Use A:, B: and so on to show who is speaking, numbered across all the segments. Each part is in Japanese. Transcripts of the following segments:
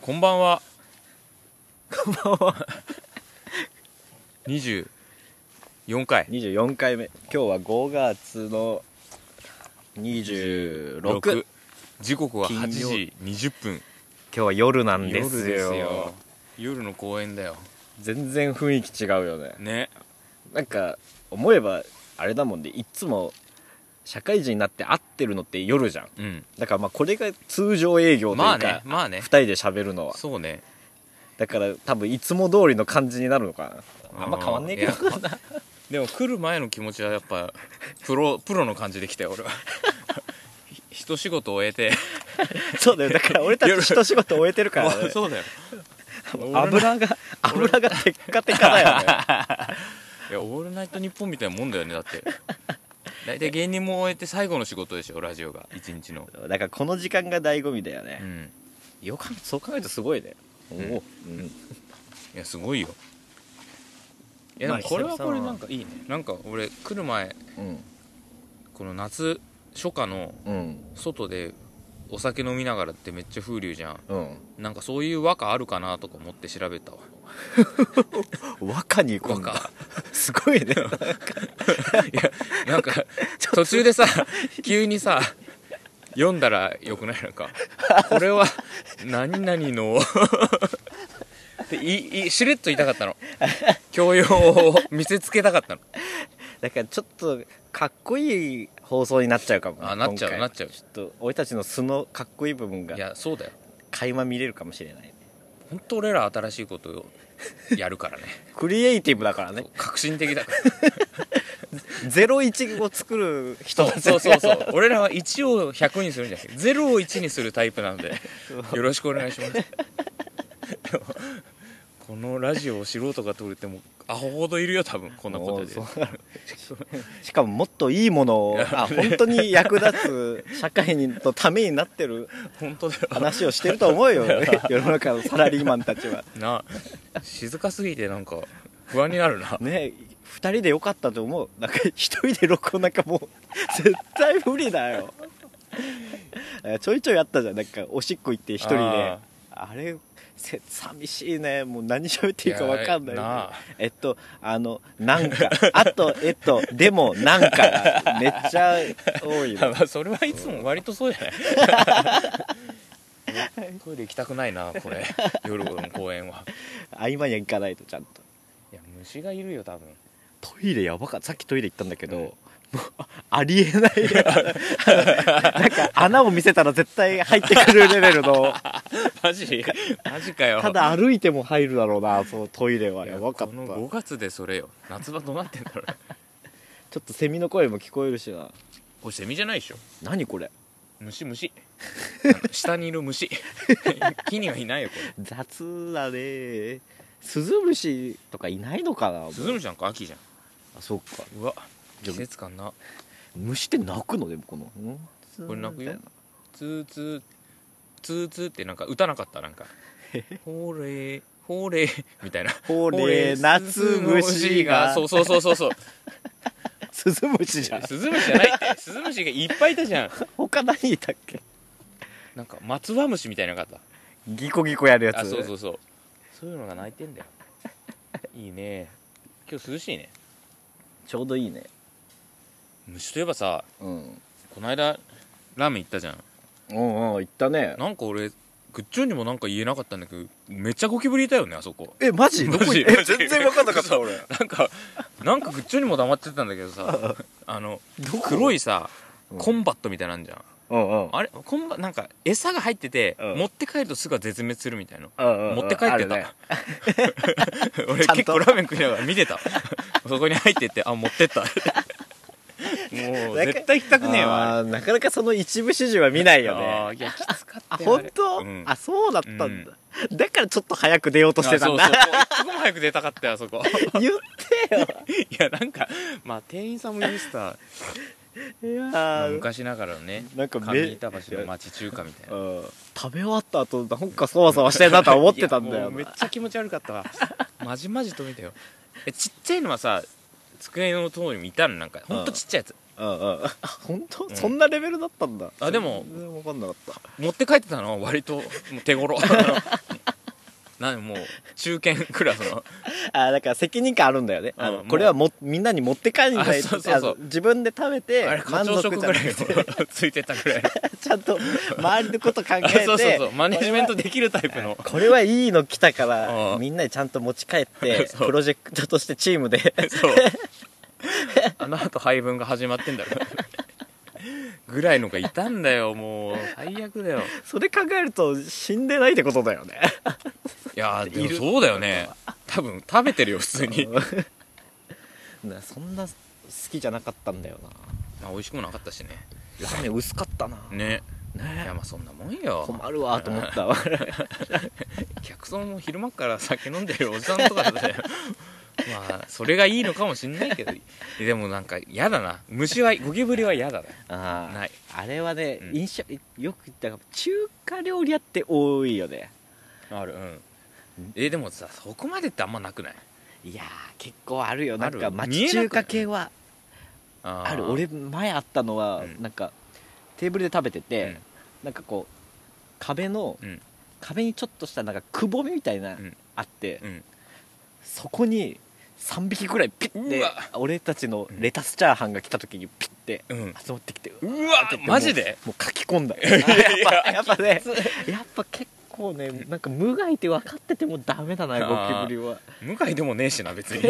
A: こんばんは
B: こんばんは。
A: 24回
B: 24回目。今日は5月の26。今
A: 時刻は8
B: 金曜
A: 時20分
B: 日は夜なん
A: 夜
B: で
A: です
B: よ。
A: すよ夜の公園だよ
B: 全然雰囲気違うよね。
A: ね
B: なんか、思えば、あれだもんで、いっつも、社会人になって会ってるのって夜じゃん。
A: うん
B: だからまあこれが通常営業とい
A: まあ
B: うか、
A: ねまあね
B: 2人で喋るのは。
A: そうね
B: だから多分いつも通りの感じになるのかな。あんま変わんねえけど。
A: いやでも来る前の気持ちはやっぱプロプロの感じで来たよ俺 はひ一仕事終えて
B: そうだよ。だから俺たち
A: 夜
B: 一仕事終えてるから、ね。
A: そうだよ
B: 油が、油がテッカテカだよね。
A: いやオールナイトニッポンみたいなもんだよねだっ て大体芸人も終えて最後の仕事でしょラジオが一日の
B: だからこの時間が醍醐味だよ
A: う
B: ね、
A: ん
B: よく考えそう考えるとすごいねおお、うん
A: いやすごいよいやで
B: まあ
A: もこれは
B: 久
A: こ
B: 々
A: れ
B: だ
A: な
B: な
A: んかいいねなんか俺来る前
B: うん
A: この夏初夏の
B: うん
A: 外でお酒飲みながらってめっちゃ風流じゃん
B: うん
A: なんかそういう和歌あるかなとか思って調べたわ
B: 和歌に行くん
A: 和
B: だすごいね
A: いや なんか途中でさ急にさ読んだらよくないのかこれは何々のっていいしれっと言いたかったの教養を見せつけたかったの
B: だからちょっとかっこいい放送になっちゃうかも
A: あなっちゃう
B: 今回
A: なっちゃう
B: ちょっと俺たちの素のかっこいい部分が
A: いやそうだよ
B: 垣間見れるかもしれないね
A: 本当俺ら新しいことをやるからね
B: クリエイティブだからね
A: 革新的だか
B: 01を作る人
A: ら
B: た ち
A: そうそうそう俺らは1を100にするんじゃなくて0を1にするタイプなのでよろしくお願いしますこのラジオを素人が撮るってもうアホほどいるよ多分こんなことで
B: もうそうしかももっといいものをあ本当に役立つ社会のためになってる
A: 本当だよ
B: 話をしてると 思うよ世の中のサラリーマンたちは
A: な静かすぎてなんか不安になる な
B: ね二人でよかったと思うなんか一人で録音なんかもう絶対無理だよえちょいちょいあったじゃんなんかおしっこ行って一人で
A: あ
B: あれせ寂しいねもう何喋っていいか分かんない
A: いやなあ
B: えっとあのなんかあとえっとでもなんかめっちゃ多いの
A: まあそれはいつも割とそうじゃないトイレ行きたくないなこれ夜の公園は
B: 合間には行かないとちゃんと
A: いや虫がいるよ多分
B: トイレやばかったさっきトイレ行ったんだけど、
A: うん
B: もうありえない なんか穴を見せたら絶対入ってくるレベル の
A: マジマジかよ
B: ただ歩いても入るだろうなそのトイレはいやばかっ
A: こ
B: た
A: の
B: ち
A: 5
B: ょ
A: 月でそれよ夏場どうなってんだろう
B: っとセミの声も聞こえるしな
A: これセミじゃないでしょ
B: 何これ
A: 虫 虫下にいる虫木にはいないよこれ
B: 雑だねスズムシとかいないのかなもう
A: スズムシなんか秋じゃん
B: あそうか
A: うわ季
B: じゃあ
A: 節感な
B: 虫って鳴くのでもこの
A: これ鳴くよツーツーツーツーってなんか打たなかったなん かほうれいほうれいみたいな
B: ほれ夏虫が
A: そうそうそうそうそう
B: スズム シじゃん
A: スズムシじゃないってスズムシがいっぱいいたじゃん
B: 他何いたっけ
A: なんか松葉虫みたいなのがあった
B: ギコギコやるやつ
A: あそうそうそうそういうのが泣いてんだよいいね今日涼しいね
B: ちょうどいいね
A: 虫といえばさ
B: うん
A: この間ラーメン行ったじゃん
B: うんうん行ったね
A: なんか俺グッチョンにもなんか言えなかったんだけどめっちゃゴキブリいたよねあそこ
B: えマジ
A: マジ
B: どこ行っ
A: マ
B: え
A: ジ
B: 全然分かんなかった俺
A: なんかなんかグッチョンにも黙ってたんだけど さあの黒
B: い
A: いさ
B: うん
A: コンバットみたいなんじゃん、
B: うんうん
A: あれコンバなんか餌が入ってて、
B: うん
A: 持って帰るとすぐ絶滅するみたいな持
B: 持
A: って帰ってた、 俺
B: ちゃんと
A: 結構ラーメン食いながら見てたそこに入ってってあ持ってったもう絶対行きたくねえわあ
B: あーなかなかその一部始終は見ない
A: れ
B: よね
A: あーいやきつかったよあ
B: あ本
A: れ
B: 当
A: うん
B: あそうだったんだだからちょっと早く出ようとしてたん
A: あ
B: だ
A: そうそう一刻も早く出たかったよあそこ
B: 言ってよ
A: いやなんかまあ店員さんも言ってた
B: いやー
A: 昔ながらのね
B: なんかめ
A: 上板橋の町中華みたいな
B: うん食べ終わった後なんかそわそわしてんなとは思ってたんだ
A: いや
B: よ
A: もうめっちゃ気持ち悪かった わまじまじと見てよえちっちゃいのはさ机のとこにもいたのなんかほんとちっちゃいやつ
B: うんうんあ本当
A: ん
B: そんなレベルだったんだ
A: あでも
B: 全然分かんなかった
A: 持って帰ってたのは割ともう手頃 なんもう中堅クラスの
B: あだから責任感あるんだよね、あ
A: う
B: の
A: ん
B: これはもみんなに持って帰んない
A: あそうそうそう
B: あの自分で食べて
A: あれ課
B: 満
A: 長
B: 足じ
A: 職ぐ
B: ゃ
A: ら
B: ないくて
A: をついてた ぐらい
B: ちゃんと周りのこと考え
A: あ
B: て
A: そうそうそうマネジメントできるタイプの
B: これはいいの来たか
A: あ
B: ら
A: あ
B: みんなでちゃんと持ち帰って
A: そう
B: プロジェクトとしてチーム で
A: そうあの後配分が始まってんだろぐらいのがいたんだよもう最悪だよ
B: それ考えると死んでないってことだ よね
A: いやーでも
B: いる
A: そうだよね多分食べてるよ普通に、
B: なそんな好きじゃなかったんだよな
A: まあ、美味しくもなかったしね
B: ラーメン薄かったなね
A: ねいやまあそんなもんよ
B: 困るわと思っ たわ
A: 客層も昼間から酒飲んでるおじさんとかだったよまあそれがいいのかもしんないけどでもなんか嫌だな虫はゴキブリは嫌だな
B: あ
A: ない
B: あれはね、
A: うん
B: 印象よく言ったから中華料理屋って多いよね
A: あるうんえでもさそこまでってあんまなくない
B: いやー結構あるよなん
A: あ
B: か
A: る
B: 町中華系は
A: あー
B: ある俺前あったのは、
A: うん
B: なんかテーブルで食べてて、
A: うん
B: なんかこう壁の、
A: うん
B: 壁にちょっとしたなんかくぼみみたいな、
A: ん
B: あって、
A: うん
B: そこに3匹ぐらいピッ
A: う
B: て
A: わ
B: 俺たちのレタスチャーハンが来た時にピッて
A: うん
B: 集まってきて、
A: う
B: ー
A: わ
B: って言って
A: マジで
B: もうもう書き込んだ やっぱやっぱねやっぱ結構ねなんか無害って分かっててもダメだな
A: あー
B: ゴキブリは
A: 向井でもねえしな別に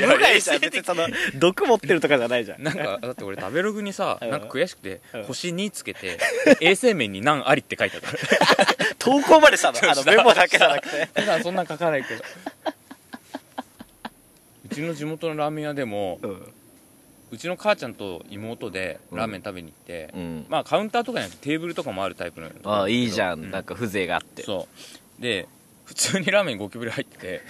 B: 無害じゃん別にその毒持ってるとかじゃない じゃん
A: なんかだって俺食べログにさ
B: うん
A: なんか悔しくて
B: うん
A: 星2つけて衛生面に難ありって書いてある
B: 投稿まで したのあのメモだけじゃなくて
A: 普段そんな書かないけどうちの地元のラーメン屋でもうちの母ちゃんと妹でラーメン食べに行って、
B: うん
A: まあカウンターとかじゃなくてテーブルとかもあるタイプの
B: ああいいじゃん、
A: う
B: なんか風情があって
A: そうで普通にラーメンゴキブリ入っててで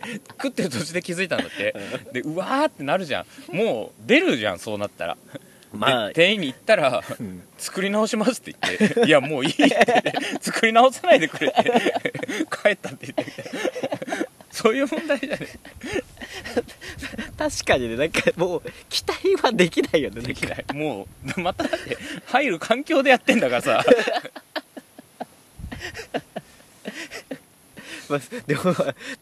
A: で食ってる途中で気づいたんだってでうわーってなるじゃんもう出るじゃんそうなったら、
B: まあ
A: で店員に行ったら
B: うん
A: 「作り直します」って言って「いやもういい」って作り直さないでくれって帰ったって言ってそういう問題じゃね
B: 確かにねなんかもう期待はできないよね
A: できないもうまただって入る環境でやってんだからさ
B: まあでも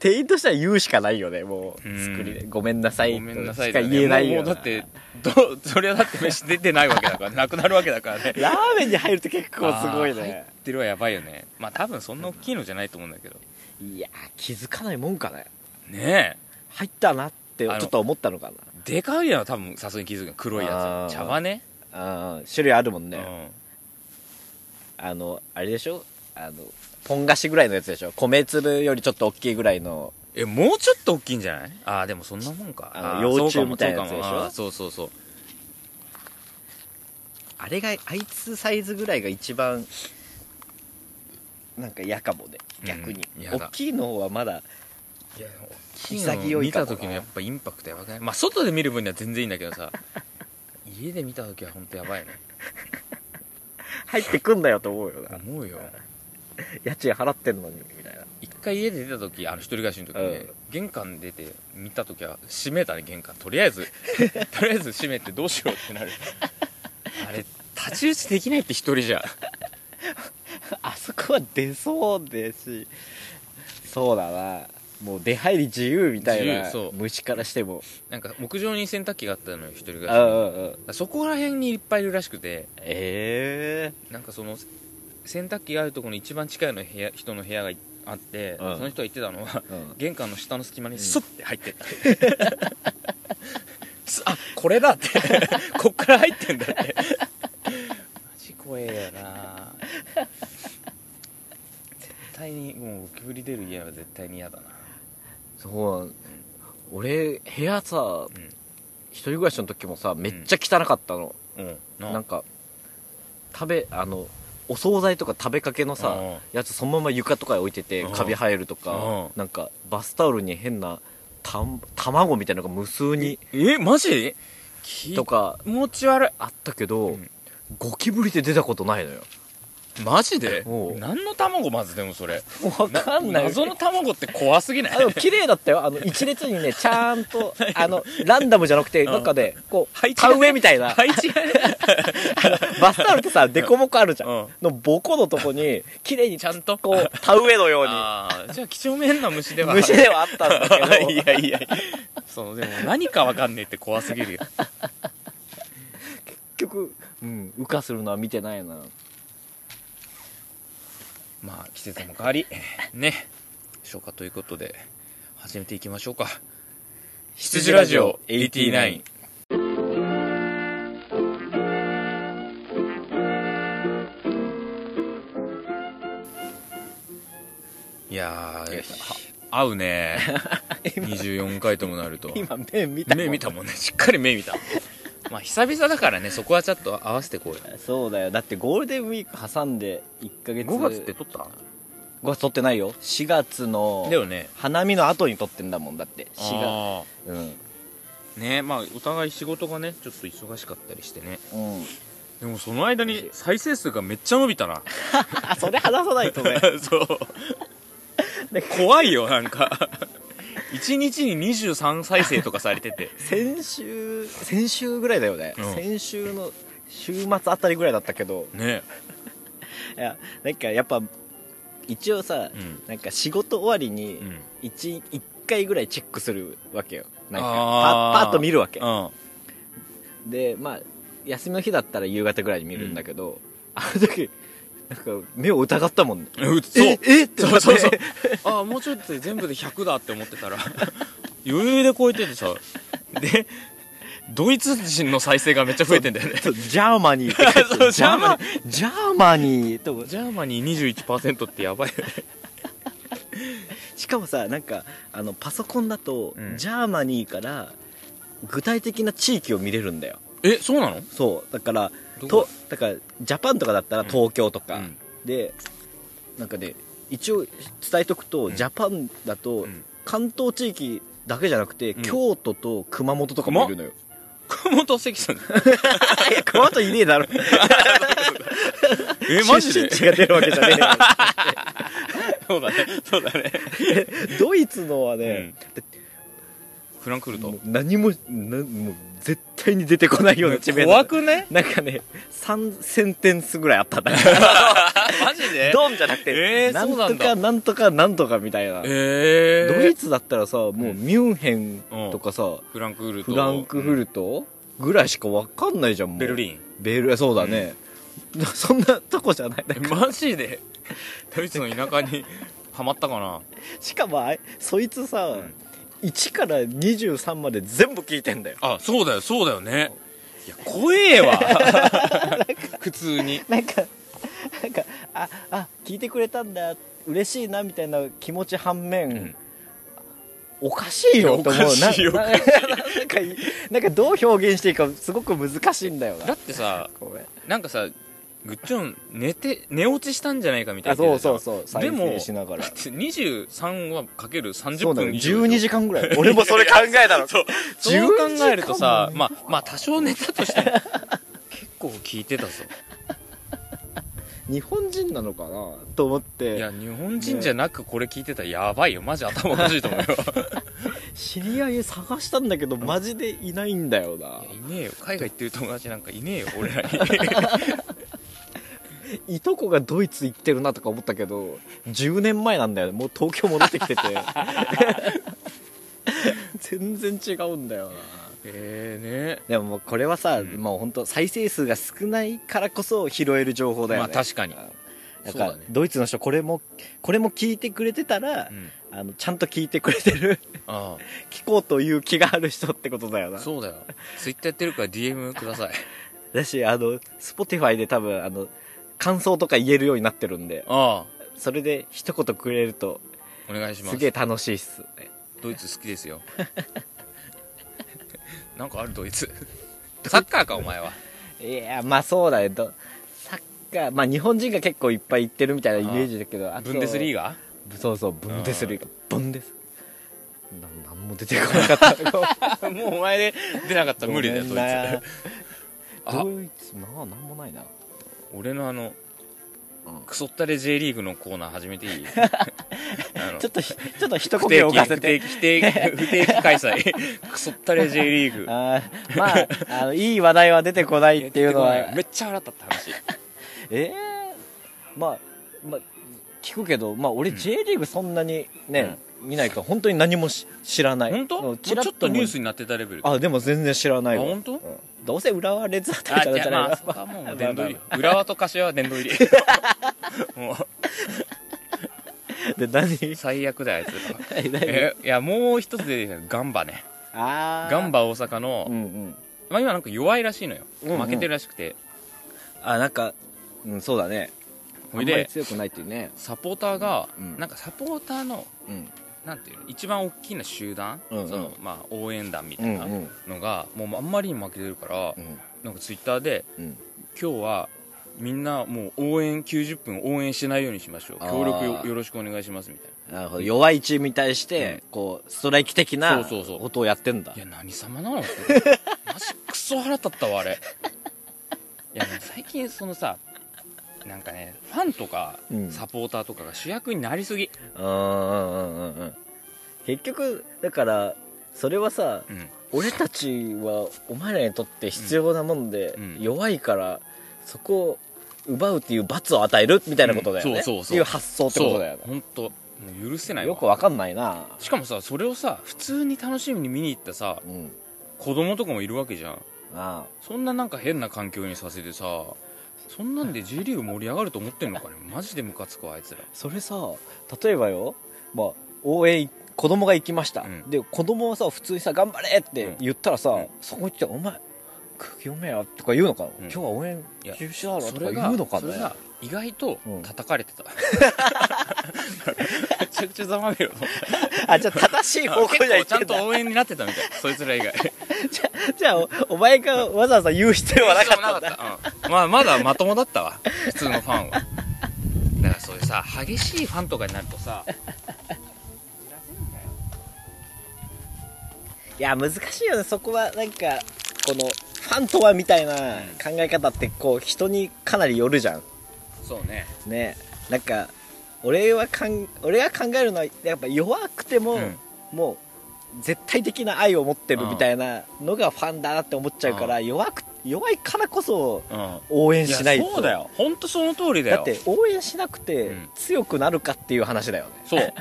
B: 店員としては言うしかないよねもう、
A: うん
B: 作りごめんなさい
A: ごめんなさい
B: としか言えない
A: もう
B: よな
A: だってどそれはだって飯出てないわけだからなくなるわけだからね
B: ラーメンに入ると結構すごい
A: あー入
B: ね
A: ってるはやばいよねまあ多分そんな大きいのじゃないと思うんだけど
B: いやー気づかないもんかね
A: ね
B: 入ったなってちょ
A: あの
B: っと思ったのかな
A: えでかいのは多分さすがに気づくよ黒いや
B: あー
A: つ茶羽ね
B: あー種類あるもんね、
A: う
B: あのあれでしょあのポン菓子ぐらいのやつでしょ米粒よりちょっと大きいぐらいの
A: んえもうちょっと大きいんじゃないああでもそんなもんか
B: あの
A: あー
B: 幼虫
A: そうかも
B: みたいなやつ
A: そうかも
B: でしょ
A: あーそうそうそう
B: あれがあいつサイズぐらいが一番なんか嫌かもね逆に、
A: うん嫌だ
B: 大きいの方はまだ
A: いや
B: 潔い
A: 見
B: かも
A: た
B: な
A: 時のやっぱインパクトやばくないまあ外で見る分には全然いいんだけどさ家で見た時は本当やばいよね
B: 入ってくんだよと思うよな
A: 思うよ
B: 家賃払ってんのにみたいな
A: 一回家で出た時あの一人暮らしの時ね、
B: うん
A: 玄関出て見た時は閉めたね玄関とりあえ ずとりあえず閉めてどうしようってなるあれ太刀打ちできないって一人じゃ
B: あそこは出そうですしそうだなもう出入り自由みたい
A: 自
B: な
A: 由そう
B: 虫からしても
A: なんか屋上に洗濯機があったのよ一人暮
B: うん
A: ら
B: う
A: しの
B: んうん
A: そこら辺にいっぱいいるらしくて
B: え
A: なんかその洗濯機があるところの一番近いの部屋人の部屋があって、
B: うん
A: その人が言ってたのは
B: えうん
A: 玄関の下の隙間にスッて入ってった、 すあこれだって こっから入ってんだってマジ怖えよな絶対にもうゴキブリ出る家は絶対に嫌だな
B: そう俺部屋さ一人暮らしの時もさめ
A: っ
B: っ
A: ち
B: ちゃ汚かったの、
A: うんうん
B: なんか食べあのお惣菜とか食べかけのさ、
A: うん
B: やつそのまま床とかに置いてて
A: うん
B: カビ生えるとか、
A: うん
B: なんかバスタオルに変なた卵みたいなのが無数に
A: えマジき
B: とか
A: 気持ち悪い
B: あったけど、
A: うん
B: ゴキブリって出たことないのよ
A: マジで
B: おう
A: 何の卵まずでもそれ
B: わかんない
A: 謎の卵って怖すぎない
B: あの綺麗だったよあの一列 にねちゃんとあのランダムじゃなくてなんかねこ
A: 配
B: う
A: 置がね
B: 田植えみたいな
A: 配置がね
B: バスタオルってさ凸凹あるじゃん、
A: うん
B: のボコのとこに綺麗に
A: ちゃんと
B: こう田植えのように
A: ああじゃあ几帳面な虫では
B: 虫で はあったんだけど
A: いやいやいや そのでも何かわかんねえって怖すぎるよ
B: 結局、うん、羽化するのは見てないな
A: まあ季節も変わりね消化ということで始めていきましょうか羊ラジオ89いやー
B: よし
A: は合う ね
B: 今
A: 24回ともなると
B: 今目見たも ん
A: 目見たもんねしっかり目見たまあ久々だからねそこはちょっと合わせてこうよ
B: そうだよだってゴールデンウィーク挟んで1ヶ月
A: 5月って撮った
B: 5月撮ってないよ4月の
A: だよね
B: 花見の後に撮ってんだもんだって4
A: あ
B: 月うん
A: ーねまあお互い仕事がねちょっと忙しかったりしてね
B: うん、
A: でもその間に再生数がめっちゃ伸びたな
B: あそれ話さないとね
A: そう
B: で
A: 怖 いよなんか1日に23再生とかされてて
B: 先週先週ぐらいだよね、
A: うん
B: 先週の週末あたりぐらいだったけど
A: ね
B: いやなんかやっぱ一応さ、
A: うん
B: なんか仕事終わりに
A: うん
B: 1, 一回ぐらいチェックするわけよなんか
A: あー
B: パパッと見るわけ
A: うん
B: でまあ休みの日だったら夕方ぐらいに見るんだけど、あの時なんか目を疑ったもんね
A: うそう
B: えって
A: そうそうそうああもうちょっとで全部で100だって思ってたら 余裕で超えててさでドイツ人の再生がめっちゃ増えてんだよね
B: そうジャーマニーって 書いて
A: そう
B: ジャーマジャーマニーと思って
A: ジャーマニー21%ってやばいよね
B: しかもさなんかあのパソコンだと、
A: うん
B: ジャーマニーから具体的な地域を見れるんだよ
A: えそうなの
B: そうだから
A: どこと
B: だからジャパンとかだったら
A: ん
B: 東京とか、
A: うん
B: でなんかね一応伝えとくと、ジャパンだと、
A: ん
B: 関東地域だけじゃなくて、
A: うん
B: 京都と熊本とかもいるのよ
A: 熊本関さん
B: いや熊本いねえだろ
A: えマジ
B: 出
A: で
B: 身地が出るわけじゃねえよ
A: そうだねそうだね
B: ドイツのはね、
A: フランクフル
B: も
A: ト
B: う何もなもう絶対に出てこないような地名だ
A: 怖くね
B: なんかね3センテンスぐらいあったん だ
A: マジで
B: ドンじゃなくて、
A: えー
B: な
A: そうなん
B: んと
A: だ
B: かなんとかなんとかみたいな、
A: えー、
B: ドイツだったらさもう
A: うん
B: ミュンヘンとかさ、
A: フランクフルト
B: フランクフルトぐらいしかわかんないじゃんもう
A: ベルリン
B: ベルそうだね、 そんなとこじゃないだ
A: え マジでドイツの田舎にハマったかな
B: しかもあいそいつさ、
A: ん
B: 1から23まで全部聞いてんだよ
A: あそうだよそうだよねいや怖えわ普通に
B: なんか なんかああ聞いてくれたんだ嬉しいなみたいな気持ち反面、
A: ん
B: おかしいよと思う
A: おかしいよ
B: ななんかいなんかどう表現していいかすごく難しいんだよ
A: だ
B: な
A: ってさ
B: ごめん
A: なんかさグッチョン寝て寝落ちしたんじゃないかみた
B: あ
A: いな
B: そう
A: やつ
B: そうそう
A: で
B: 再
A: も
B: 生しながら
A: だって23はかける30
B: そうだ
A: 分
B: ね
A: 以上
B: 12時間ぐらい 俺もそれ考えたの
A: そうそう考えるとさまあまあ多少寝たとしても結構聞いてたぞ
B: 日本人なのかなと思っ
A: い
B: て
A: や日本人じゃなくこれ聞いてたらやばいよマジ頭おかしいと思うよ
B: 知り合い探したんだけどマジでいないんだよない
A: やいねえよ海外行ってる友達なんかいねえよ俺らに
B: いとこがドイツ行ってるなとか思ったけど10年前なんだよねもう東京戻ってきて て全然違うんだよな
A: え
B: でももうこれはさ、
A: ん
B: もう本当再生数が少ないからこそ拾える情報
A: え
B: だ
A: ねま
B: よ
A: あ
B: ね、
A: 確かに、
B: なん
A: そう
B: か
A: だね
B: ドイツの人これもこれも聞いてくれてたら、
A: うん、
B: あのちゃんと聞いてくれてる
A: あ
B: 聞こうという気がある人ってことだよ
A: あ
B: な
A: そうだよツイッターやってるから DM ください
B: だしあの Spotify で多分あの感想とか言えるようになってるんで
A: ああ
B: それで一言くれると
A: お願いします
B: すげえ楽しいっす
A: ドイツ好きですよなんかあるドイツサッカーかお前はい
B: やまあそうだねどサッカーまあ日本人が結構いっぱい行ってるみたいなイメージだけどあと
A: ブンデスリーガ
B: そうそうブンデスリーガブンデスななんも出てこ なかった
A: ーもうお前で出なかったら無理だよドイ
B: ごめんな
A: ツあ
B: ドイツなあなんもないな
A: 俺のあの
B: うん
A: クソったれ J リーグのコーナー始めていい あの
B: ちょっとひちょっと一
A: 不
B: 呼
A: 定
B: 吸
A: 期
B: 置かせ
A: 不定
B: て
A: 期不定期不定期開催クソったれ J リーグ
B: あーまああのいい話題は出てこないっていうのは
A: やってこなめっちゃ腹立った話
B: えー、まあまあ聞くけど、まあ、俺
A: うん
B: J リーグそんなにね、見ないから本当に何もし知らない
A: 本当も
B: う
A: うんちょ
B: ら
A: っとニュースになってたレベル
B: あでも全然知らないわ
A: あ本当
B: うんどうせ浦和レッズあたり
A: あ
B: じゃ
A: じ
B: な
A: ゃあ
B: いか
A: まあそこはもう殿堂入り浦和と柏は殿 堂入りも
B: で何
A: う最悪だよあいつら
B: 何
A: えいやもう一つ出てきたガンバね
B: あ
A: ガン
B: バ
A: バ大阪の、
B: うんうん
A: まあ、今なんか弱いらしいのよ、
B: うんうん
A: 負けてるらしくて
B: あなんか、うん、そうだねあん
A: ほ
B: ま
A: い
B: り
A: で
B: 強くないっていうね
A: サポーターが、
B: うん
A: なんかサポーターの
B: うん
A: なんていうの一番大きな集団、
B: うんうん
A: そのまあ、応援団み
B: う
A: たい
B: ん
A: な
B: うん
A: のが、もうあんまりにも負けてるから、
B: うん
A: なんかツイッターで
B: うん
A: 今日はみんなもう応援90分応援しないようにしましょう
B: あー
A: 協力よよろしくお願いしますみたい
B: なるほど弱いチームに対して、こうストライキ的な
A: そうそうそう
B: ことをやってんだ
A: ないや何様なのマジクソ腹立ったわあれいやでも最近そのさなんかねファンとか
B: うん
A: サポーターとかが主役になりすぎ、
B: うんうんうんうんうん結局だからそれはさ
A: うん、
B: 俺たちはお前らにとって必要なもんで、
A: うんうん
B: 弱いからそこを奪うっていう罰を与えるみたいなことだよね、
A: うんそうそうそう
B: っていう発想ってことだよね
A: 本当もう許せないわ
B: よくわかんないな
A: しかもさそれをさ普通に楽しみに見に行ったさ
B: うん
A: 子供とかもいるわけじゃん
B: あ
A: そんななんか変な環境にさせてさそんなんで J リーグ盛り上がると思ってんのかねマジでムカつくわあいつら
B: それさ例えばよ、まあ、応援子供が行きました、
A: うん
B: で子供はさ普通にさ「頑張れ!」って言ったらさ、
A: うん
B: そこ行って「お前空気読めよ」とか言うのかな、
A: ん
B: 今日は応援
A: いや
B: 中止だろ
A: そ
B: とか
A: れ
B: 言
A: が
B: うのか
A: それ
B: な
A: が意外と
B: うん
A: 叩かれ てた、めちゃくちゃざまめよ
B: あじゃあ正しい方向
A: 結
B: じゃ
A: 構
B: い
A: ちゃ
B: け
A: ん
B: んだ
A: と応援になってたみたいそいつら以外
B: じゃあじゃあおお前がわざわざ言う必要はなかった
A: ったうんまあまだまともだったわ普通のファンはだからそういうさ激しいファンとかになるとさ
B: いや難しいよねそこはなんかこのファンとはみたいな考え方ってこう人にかなりよるじゃん
A: そうね
B: ねなんか俺はかん俺が考えるのはやっぱ弱くても、
A: うん
B: もう絶対的な愛を持ってるみたいなのがファンだなって思っちゃうから、弱く弱いからこそ
A: うん
B: 応援しないと
A: やそうだよ本当その通りだよ
B: だって応援しなくて
A: うん
B: 強くなるかっていう話だよね、
A: そう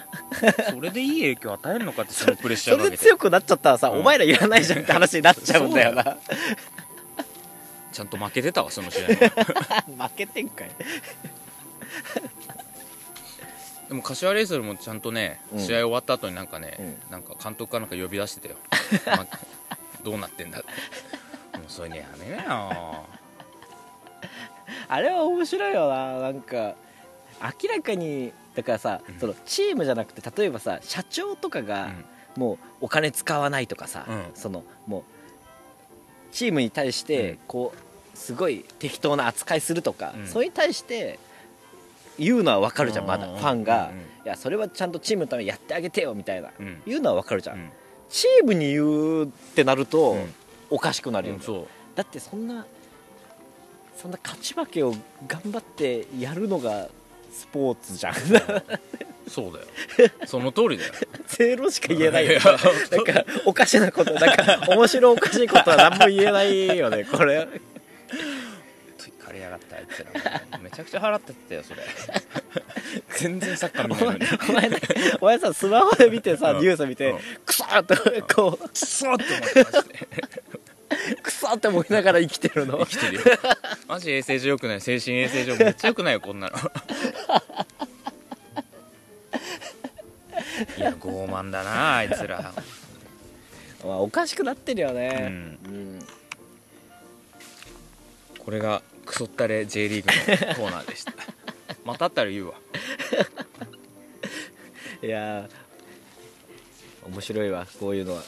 A: それでいい影響与えるのかってそのプレッシャー
B: そ
A: か
B: れ
A: け
B: で
A: て
B: 強くなっちゃったらさ、
A: うん
B: お前らいらないじゃんって話になっちゃうんだよな
A: ちゃんと負けてたわその試合は
B: 負けてんかい
A: でも柏レイソルもちゃんとね
B: うん
A: 試合終わった後になんかね、なんか監督かなんか呼び出してた よ、まどうなってんだってもうそれねやめなよ
B: あれは面白いよななんか明らかにだからさ、
A: ん
B: そのチームじゃなくて例えばさ社長とか
A: う
B: が
A: ん
B: もうお金使わないとかさ、
A: うん
B: そのもうチームに対し
A: う
B: て
A: ん
B: こうすごい適当な扱いするとか、
A: うん
B: それに対して言うのは分かるじゃんまだ
A: う
B: フ
A: ん
B: ァンが、
A: うんうん
B: いやそれはちゃんとチームのためにやってあげてよみたいな、
A: うん
B: 言うのは分かるじゃん、
A: うん
B: チームに言うってなると、
A: うん
B: おかしくなるよね、
A: うんそう
B: だってそんなそんな勝ち負けを頑張ってやるのがスポーツじゃん
A: そうだよその通りだよ
B: ゼロしか 言え ないよ
A: いや
B: なんかおかしなことなんか面白おかしいことは何も言えないよねこれ
A: 枯れやがったあいつらめちゃくちゃ払ってたよそ れ全然サッカー見ないのに
B: お前お前さスマホで見てさ
A: うん
B: ニュース見て
A: うん
B: クソーってこう
A: くそって思ってまして
B: クソーって思いながら生きてるの
A: 生きてる よマジ衛生上良くない精神衛生上めっちゃ良くないよこん なのいや傲慢だなあいつら
B: まあおかしくなってるよ
A: うん
B: ねうん
A: これがクソったれ J リーグのコーナーでしたまたあったら言うわ
B: いやー面白いわこういう のは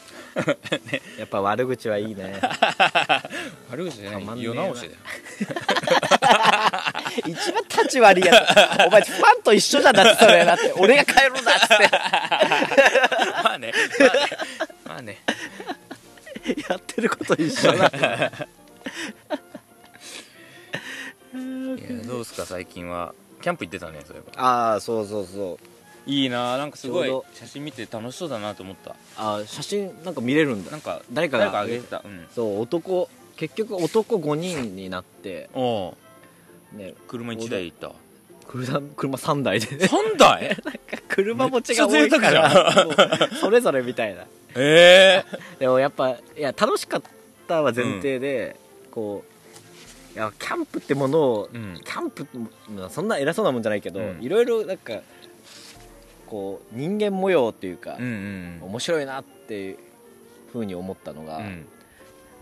B: やっぱ悪口はいいね
A: 悪口じゃ
B: たま
A: なんい
B: ねえな
A: 世直しだよ
B: 一番立ち悪いやつお前ファンと一緒じゃんだってそれだって俺が帰るんだっ
A: まあねまあねまあね
B: つって やってること一緒だ
A: いやどうすか最近はキャンプ行ってたねそういえば
B: ああそうそうそう
A: いいななんかすごい
B: ちょうど
A: 写真見て楽しそうだなと思った
B: あー写真なんか見れるんだ
A: なんか
B: 誰かが
A: 誰かあげてたうん
B: そう男結局男5人になって
A: おう
B: ね
A: 車1台行った
B: 車車3台 で
A: 3台
B: 車持ちが多いからもうそれぞれみたいな
A: ええ
B: でもやっぱいや楽しかったは前提で、こういやキャンプってものを、
A: うん
B: キャンプまあそんな偉そうなもんじゃないけど、
A: うん
B: いろいろなんかこう人間模様っていうか、
A: うんうん
B: 面白いなっていうふうに思ったのが、
A: うん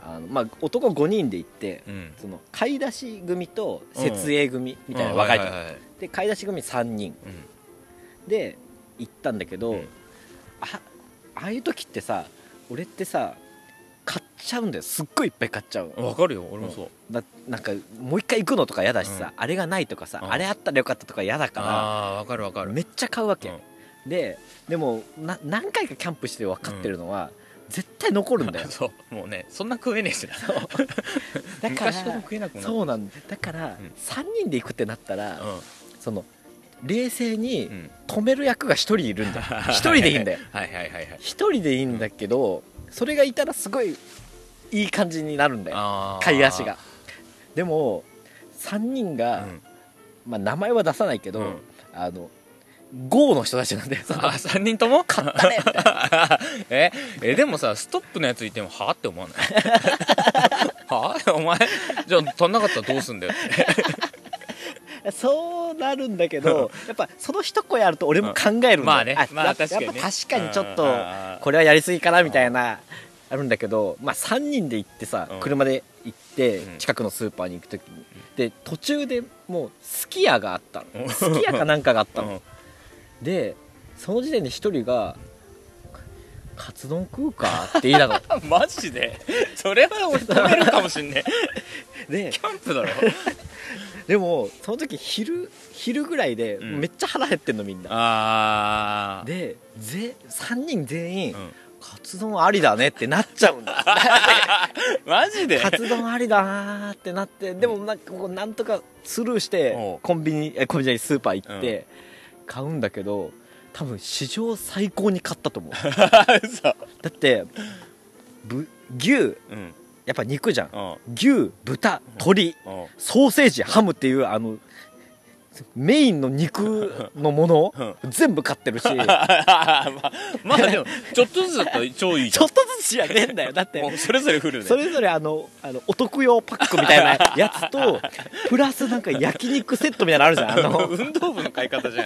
B: あのまあ、男5人で行って、
A: うん
B: その買い出し組と設営組みたいなの分かれてる、
A: はいはいはい
B: で買い出し組3人
A: うん
B: で行ったんだけど、
A: うん
B: あああいう時ってさ俺ってさ買っちゃうんだよすっごいいっぱい買っちゃうの
A: わかるよ俺もそう
B: だなんかもう一回行くのとか嫌だしさ、あれがないとかさ、
A: うん
B: あれあったらよかったとか嫌だか
A: ああわかるわからる
B: めっちゃ買うわけ、
A: うん
B: ででもな何回かキャンプして分かってるのは、絶対残るんだよ
A: そうもうねそんな食えねえしな
B: だから
A: 昔ほど食えなくなった
B: そうなんだだから、
A: うん
B: 3人で行くってなったら、
A: うん
B: その冷静に
A: うん
B: 止める役が1人いる んだよ1人でいいんだよ
A: はいはいはいはい
B: 一人でいいんだけどそれがいたらすごいいい感じになるんだよ
A: あー
B: 買い足がでも3人が、
A: うん
B: まあ、名前は出さないけど、
A: うん
B: あの GO の人たちなん だよその
A: あ3人とも
B: 買ったねみたいな
A: ええでもさストップのやついてもはあって思わないはあお前じゃあ足んなかったらどうすんだよって
B: そうなるんだけどやっぱその一声あると俺も考えるんだよ、
A: まあねまあ
B: やっぱ
A: 確かにね
B: やっぱ確かにちょっ
A: う
B: と
A: んうんうん
B: これはやりすぎかなみたいなあるんだけど、まあ、3人で行ってさ、
A: うん
B: 車で行って
A: うん
B: 近くのスーパーに行く時にで途中でもうすき家があった
A: うん
B: のすき家かなんかがあった
A: う
B: の
A: ん
B: でその時点で一人が「カツ丼食うか?」って言い ながら
A: マジでそれは俺食べるかもしんねえ
B: で
A: キャンプだろ
B: でもその時昼昼ぐらいで
A: うん
B: めっちゃ腹減ってんのみんな、
A: あー
B: でぜ3人全員、
A: うん
B: カツ丼ありだねってなっちゃうんだ
A: マジ で
B: カツ丼ありだなーってなってでもなんかこうなんとかスルーして
A: おう
B: コンビニえコンビニじゃないスーパー行って買うんだけど多分史上最高に買ったと思 うだ
A: 嘘
B: ってぶ牛
A: うん
B: やっぱ肉じゃん
A: うん
B: 牛豚鶏
A: うん
B: ソーセージハムっていうあのメインの肉のもの全部買って るしちょっ
A: あーまあまあでもちょっとずつだったら超いいじゃん
B: とずつじゃねえんだよだって
A: もうそれぞれフルで
B: それぞれあのあのお得用パックみた いなやつとプラスなんか焼肉セットみたいなのあるじゃんあ の
A: 運動部の買い方じゃん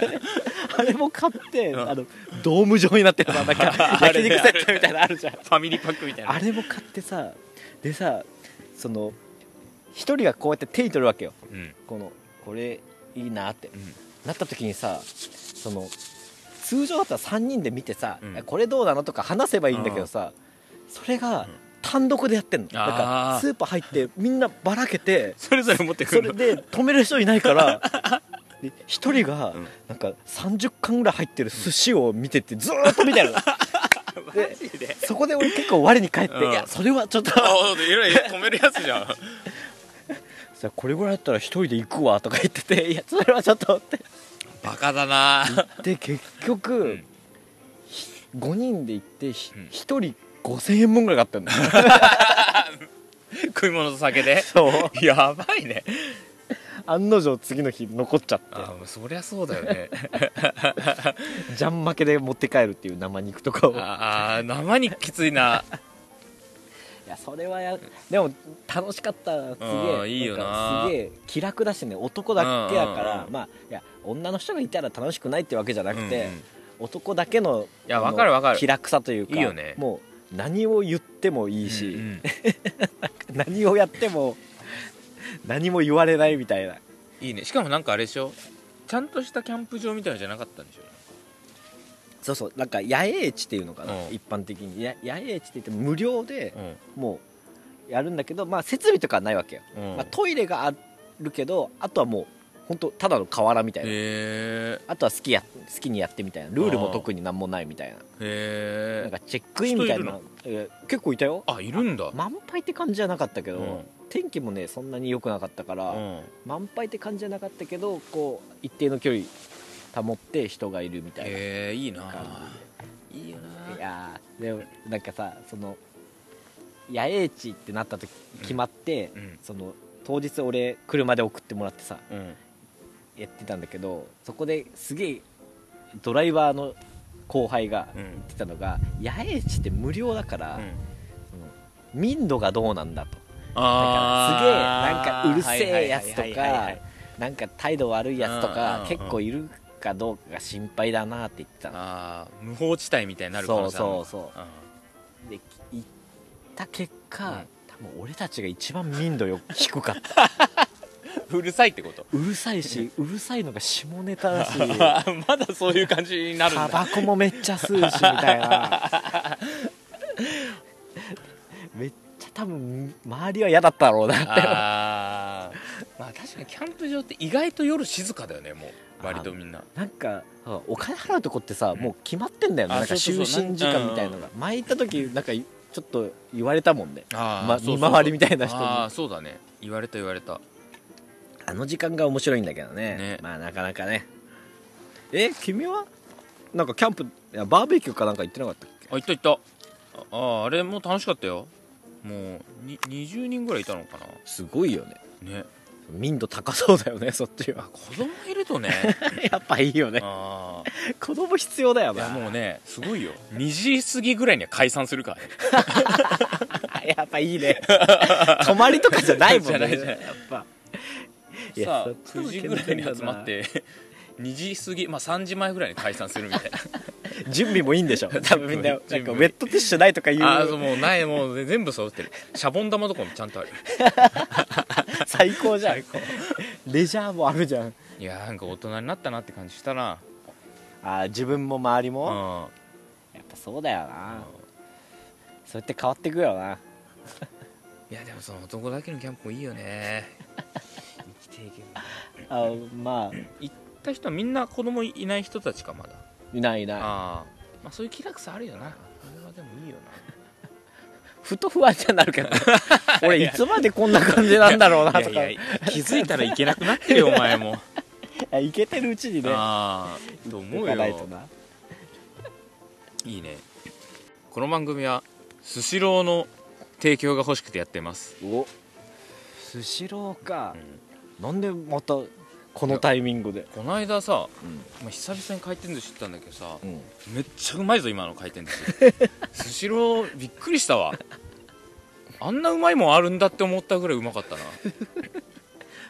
B: あれも買って
A: うん
B: あのドーム状になってるさなん か
A: あれ
B: 焼
A: ね
B: 肉セットみたいなのあ るじゃん
A: ファミリーパックみたいな
B: あれも買ってさでさその一人がこうやって手に取るわけよ
A: うん
B: このこれいいなって
A: うん
B: なった時にさその通常だったら3人で見てさ、
A: うん
B: これどうなのとか話せばいいんだけどさ、それが単独でやってんの、なん
A: あ
B: か
A: ー
B: スーパー入ってみんなばらけて
A: それぞれ持ってく
B: そ
A: る
B: れ
A: の
B: で止める人いないから で一人が
A: うん
B: なんか30巻ぐらい入ってる寿司を見ててずーっと見て るの
A: マジで
B: そこで俺結構我に返って、
A: うん
B: いやそれはちょっと
A: ああいろいろ止めるやつじ ゃん
B: さこれぐらいだったら一人で行くわとか言っ てていやそれはちょっとって
A: バカだな
B: で結局、
A: ん
B: 5人で行ってひ
A: うん
B: 1人5000円分ぐらい買った んだ
A: 食い物と酒 で
B: そう
A: やばいね
B: 案の定次の日残っちゃって
A: ああそりゃそうだよね
B: ジャン負けで持って帰るっていう生肉とかをい
A: ああ生にきついな
B: やそれはやでも楽しかったすげ
A: あー
B: え
A: いいよなん
B: かすげえ気楽だしね男だけやか
A: うんうん
B: ら
A: うん
B: まあいや女の人がいたら楽しくないってわけじゃなくて、
A: うんうん
B: 男だけの
A: いや
B: あの
A: わかるわかる
B: 気楽さというか
A: いいよね
B: もう何を言っても いいし、
A: うんうん
B: 何をやっても 何も言われないみたいない
A: いねしかもなんかあれでしょちゃんとしたキャンプ場みたいなのじゃなかったんでしょ
B: そうそうなんか野営地っていうのかな、
A: うん
B: 一般的にや野営地って言って無料で
A: うん
B: もうやるんだけどまあ設備とかはないわけよ、
A: うん
B: まあ、トイレがあるけどあとはもう本当ただの河原みたいな、
A: へ
B: あとは好きや好きにやってみたいなルールも特になんもないみたいな
A: えへえ
B: なんかチェックインみたいな
A: 人
B: えー結構いたよ
A: あいるんだ
B: 満杯って感じじゃなかったけ
A: う
B: ど、
A: ん
B: 天気もねそんなに良くなかったから、
A: うん
B: 満杯って感じじゃなかったけどこう一定の距離保って人がいるみたいな、
A: えー、いいな
B: 感
A: いいよない
B: やーでもなんかさその野営地ってなった時決まって、
A: うん
B: その当日俺車で送ってもらってさ
A: うん
B: やってたんだけどそこですげえドライバーの後輩が
A: う
B: 言っ
A: ん
B: てたのが、野営地って無料だから、
A: うん
B: その民度がどうなんだと
A: あ
B: だからすげえ
A: ー
B: なんかうるせえやつと
A: はいはいはいはいは
B: か
A: い
B: なんか態度悪いやつと
A: うんうんう
B: か
A: ん
B: 結構いるかどうかが心配だなって言ってたの
A: あー無法地帯みたいになる可
B: そ
A: 能
B: う
A: 性ある
B: そうそ
A: あ
B: うで行った結果、
A: うん
B: 多分俺たちが一番民度よ低 かった
A: ーうるさいってこと
B: うるさいしうるさいのが下ネタだ し
A: あーまだそういう感じになるんだ
B: タバコもめっちゃ吸うしみたい なめっちゃ多分周りは嫌だったろうなって
A: あーまあ確かにキャンプ場って意外と夜静かだよねもう割とみんな
B: なんかお金払うとこってさ、
A: ん
B: もう決まってんだよね
A: あ
B: なんか
A: そう
B: 就
A: そうそう
B: 寝時間みたいのが前行った時なんかちょっと言われたもんね
A: あー
B: ま
A: そうそう
B: 見回りみたいな人に
A: ああそうだね言われた言われた
B: あの時間が面白いんだけどね
A: ね
B: まあなかなかねえ君はなんかキャンプいやバーベキューかなんか行ってなかったっけ
A: あ行った行ったああーあれも楽しかったよもうに20人ぐらいいたのか
B: すごいよね
A: なね
B: 民度高そうだよねそっ ちは
A: 子供いると ね
B: やっぱいいよね
A: ああ
B: 子供必要だよ
A: い
B: な
A: やもうねすごいよ2時過ぎぐらいには解散するからね
B: やっぱいいね 泊まりとかじゃないもんね
A: じゃないじゃない
B: やっぱいや
A: さあ
B: そっちの
A: 9時ぐらいに集まっ
B: 健
A: て2時過ぎまあ3時前ぐらいに解散するみたいな
B: 全だな準備もいいんでしょ多分みんななんかウ
A: 準備
B: ェットティッシュないとか言う
A: ああそうもうないもう全部揃ってるシャボン玉とかもちゃんとある
B: 最高じゃんレジャーもあるじゃん
A: いやーなんか大人になったなって感じしたな
B: あー自分も周り
A: う
B: も、
A: ん
B: やっぱそうだよな、そうやって変わってくよない
A: やでもその男だけのキャンプもいいよね生きていけば
B: あまあ
A: 行った人はみんな子供いない人たちかまだ
B: いないいない
A: ああまあそういう気楽さあるよなそれはでもいいよ
B: ふと不安になる けど俺いつまでこんな感じなんだろうな
A: な
B: とかい
A: 気づいたらいけなくなってるよお前 も
B: やいけてるうちにね
A: ああと思
B: 行
A: う
B: かない
A: よ
B: とない
A: いねこの番組はスシローの提供が欲しくてやってます、
B: おスシローか
A: うん、
B: なんでまたこのタイミングで
A: この間さ、
B: うん
A: まあ、久々に回転寿司行ったんだけどさ
B: うん
A: めっちゃうまいぞ今の回転寿 司スシローびっくりしたわあんなうまいもんあるんだって思ったぐらいうまかったな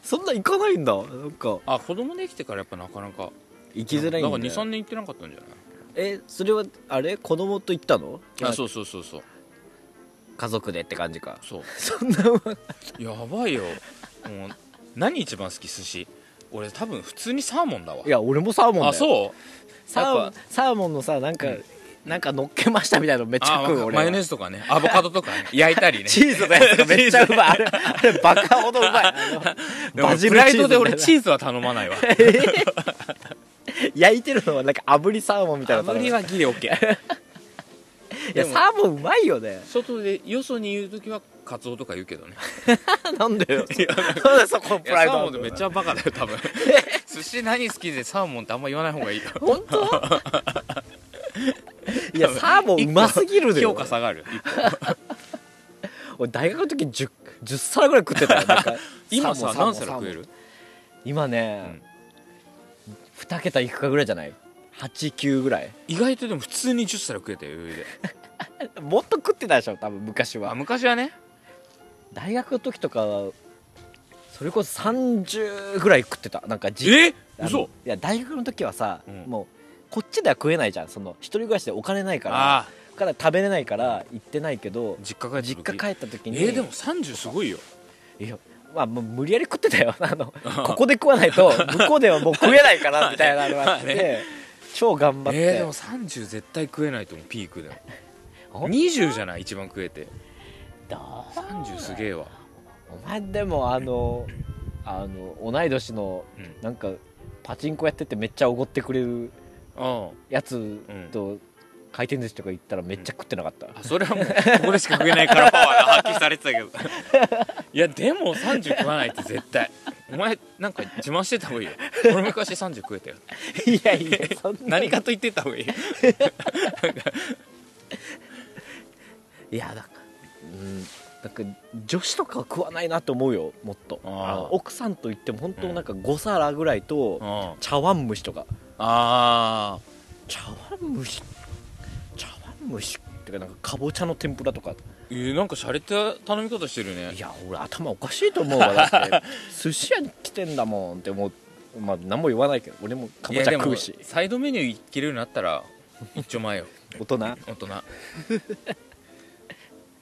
B: そんな行かないんだなんか
A: あ子供できてからやっぱなかなか
B: 行きづらいんだ
A: だから23年行ってなかったんじゃない
B: えそれはあれ子供と行ったの
A: あそうそうそうそう
B: 家族でって感じ か
A: そう
B: そんなもん
A: やばいよもう何一番好き寿司俺多分普通にサーモンだわ
B: いや俺もサーモンだよ
A: あそう
B: サーモ
A: や
B: ン
A: っ
B: サーモンのさなんか、
A: うん
B: なんか乗っけましたみたいなのめっちゃ
A: あ
B: 食う
A: わか
B: 俺
A: マヨネー
B: ズ
A: ズとかねアボカドとか、 ね、焼いたりね
B: チーズのやつがめっちゃうまいあれあれバカほどうまい あ
A: で
B: の
A: も
B: バジ
A: プ
B: ル
A: ライ
B: チーズ
A: ド
B: みた
A: で
B: いな
A: 俺チーズは頼ま ないわ
B: 焼いてるのはなんか炙りサーモンみたいな
A: 炙りはギリ OK
B: いや
A: でも
B: サーモンうまいよね
A: 外でよそに言う時はカツオとか言うけどね
B: なんでよ
A: いや
B: なんでそこプ
A: いや
B: ライ
A: サーモ
B: ド
A: ンってめっちゃバカだよ多分 寿司何好きでサーモンってあんま言わない方がいいよ
B: 本当 いやサーモンうますぎるで
A: 評
B: よ
A: 価下がる一個
B: 俺大学の時 10, 10皿ぐらい食ってたよなんか
A: 今さ
B: サーモン
A: 何
B: サー
A: 皿
B: モン
A: 食える
B: 今ね、2桁いくかぐらいじゃない89ぐらい
A: 意外とでも普通に10皿食えたよ余裕で
B: もっと食ってたでしょ多分昔
A: あ
B: は
A: 昔はね
B: 大学の時とかはそれこそ30ぐらい食ってたなんかじ
A: え
B: あのい
A: 嘘
B: や大学の時はさ、
A: うん
B: もうこっちでは食えないじゃんその一人暮らしでお金ないから
A: あ
B: だから食べれないから行ってないけど
A: あ実家帰っ
B: 実
A: た
B: 家
A: 時
B: 帰った時に
A: えーでも30すごいよ
B: いやまあもう無理やり食ってたよ あのここで食わないと向こうではもう食えないからみたいなのがあっ て、
A: まあね
B: 超頑張って、
A: えーでも30絶対食えないと思うピークでも
B: ほん
A: 20じゃない一番食えて
B: どう
A: 30すげえわ
B: お前でもあのあの同い年の
A: うん
B: なんかパチンコやっててめっちゃおごってくれる
A: あ
B: やつと回転寿司とか行ったらめっちゃ食ってなかった、
A: ああそれはもうここでしか食えないからパワーが発揮されてたけどいやでも30食わないって絶対お前なんか自慢してた方がいいよ俺昔30食えたよ
B: いやいやそんな
A: 何かと言ってた方がいい
B: いやだからうんなんか女子とかは食わないなって思うよもっと
A: あー
B: あの奥さんといっても本当なんか5皿ぐらいと、
A: あ
B: 茶碗蒸しとか
A: あ
B: 茶碗蒸し茶碗蒸しってかなんかかぼちゃの天ぷらとか
A: えー、なんか洒落た頼み方してるね
B: いや俺頭おかしいと 思うわだって寿司屋に来てんだもんって思うまあ何も言わないけど俺もかぼちゃ食うし
A: いやでもサイドメニューいけるようになったら一丁前よ
B: 大人あ
A: 大 人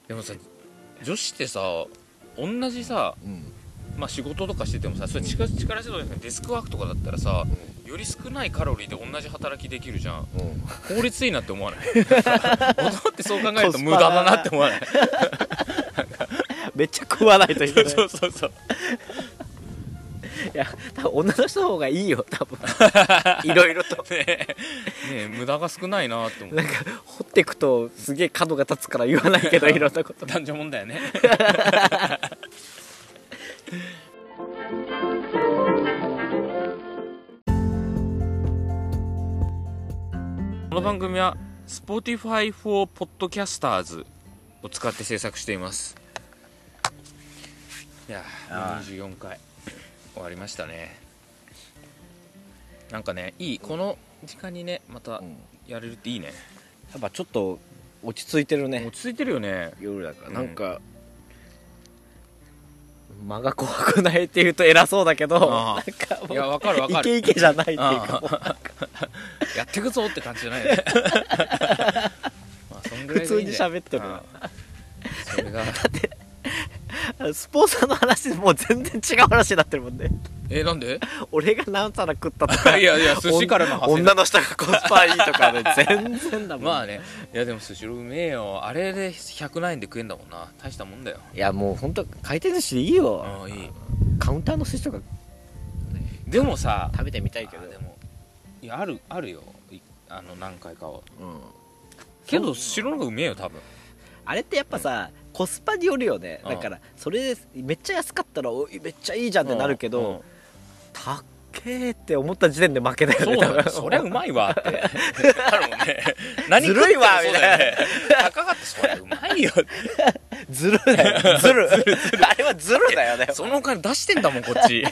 A: でもさ女子ってさ同じさ、
B: うん
A: まあ、仕事とかしててもさそれ力力仕事ですねデスクワークとかだったらさより少ないカロリーで同じ働きできるじゃん効率いいなって思わない大人ってそう考えると無駄だなって思わない
B: めっちゃ食わないといけない
A: そうそうそう
B: いや多分女の人の方がいいよ多 分いろいろと
A: ねえねえ無駄が少ないなって思う
B: なんか掘ってくとすげえ角が立つから言わないけ どいろんなこと
A: 男女問題 よねこの番組は Spotify for Podcasters を使って制作していますいや
B: ああ
A: ー24回終わりましたねなんかねいいこの時間にねまた
B: うん
A: やれるっていいね
B: やっぱちょっと落ち着いてるね
A: 落ち着いてるよね
B: 夜だから
A: うん
B: なんか、間が怖くないっていうと偉そうだけど
A: あ
B: な
A: あ
B: んかもう
A: いやわかるわかる
B: イケイケじゃないっていう
A: あ
B: かもう
A: やってくぞって感じじゃないよね まあそんぐらいでいいんだよ
B: 普通に喋ってる
A: ああそれが
B: スポンサーの話もう全然違う話になってるもんね
A: えなんで
B: 俺が何皿食ったと
A: い
B: か
A: やいや寿司からの派生
B: 女の人がコスパいいとか で全然だもん、
A: まあねいやでも寿司ロうめえよあれで100何円で食えんだもんな大したもんだよ
B: いやもう本当回転寿司でいいよ
A: ああいい
B: カウンターの寿司とか
A: でもさ
B: 食べてみたいけど
A: あでもいやあるあるよいあの何回かは
B: うん
A: けど寿司ローの方がうめえよ多分
B: あれってやっぱさ、コスパによるよね
A: うん
B: だからそれでめっちゃ安かったらおいめっちゃいいじゃんってなるけ
A: うんう
B: ど
A: ん
B: たっけーって思った時点で負けだよ
A: そ
B: ね
A: うだ
B: 多
A: よ
B: 分
A: そりゃうまいわって あるもんね何
B: ずるいわ
A: 食ってもそうだよね高かったそりゃうまいよって
B: ずる だよずるあれはずるだよね
A: そのお金出してんだもんこっち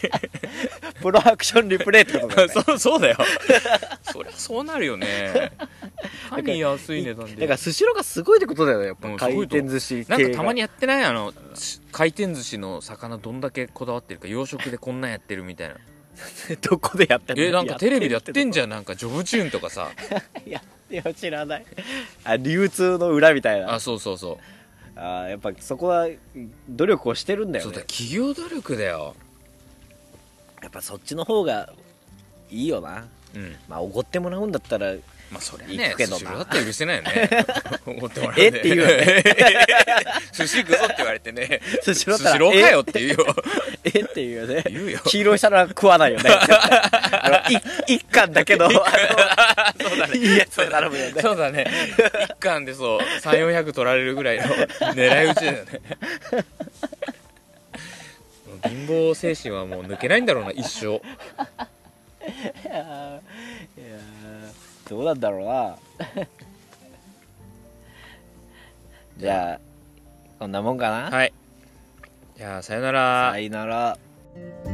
B: プロアクションリプレイってことだよね
A: そうそうだよそりゃそうなるよ ね何安い値段
B: だ
A: で
B: からスシローがすごいってことだよねやっぱ
A: うんす
B: 回
A: ごいと
B: 転
A: 思
B: 寿司
A: なん
B: 系
A: か
B: が
A: たまにやってないあの回転寿司の魚どんだけこだわってるか洋食でこんなんやってるみ たいな
B: どこでやってんの
A: えなんかテレビでやってん
B: じ
A: じゃんなんかジョブチューンとか さ
B: ゃんやってよ知らないあ流通の裏みたいな
A: あそうそうそう
B: あーやっぱそこは努力をしてるんだよ
A: そうだ
B: ね
A: 企業努力だよ
B: やっぱそっちの方がいいよな
A: うん
B: まあおごってもらうんだっ たら
A: まあそりゃ
B: 行
A: ね
B: くけ
A: 寿
B: どな
A: 司だったら許せないよ ね怒ってもらう
B: えって言うよね
A: 寿司行くぞって言われてね
B: スシロ
A: 寿
B: ーだっ
A: 司
B: たら
A: ローかよって言うよ
B: え えっていうよね
A: 言うよ
B: 黄色い皿は食 わないよねあのい一貫だけどあのいいやつを並ぶよ ね
A: そうだね一貫でそう3400取られるぐらいの狙い撃ちだよねもう貧乏精神はもう抜けないんだろうな一生
B: いやーいやーどうなんだろう なじゃあこんなもんかな、
A: はいじゃあさよなら
B: さよなら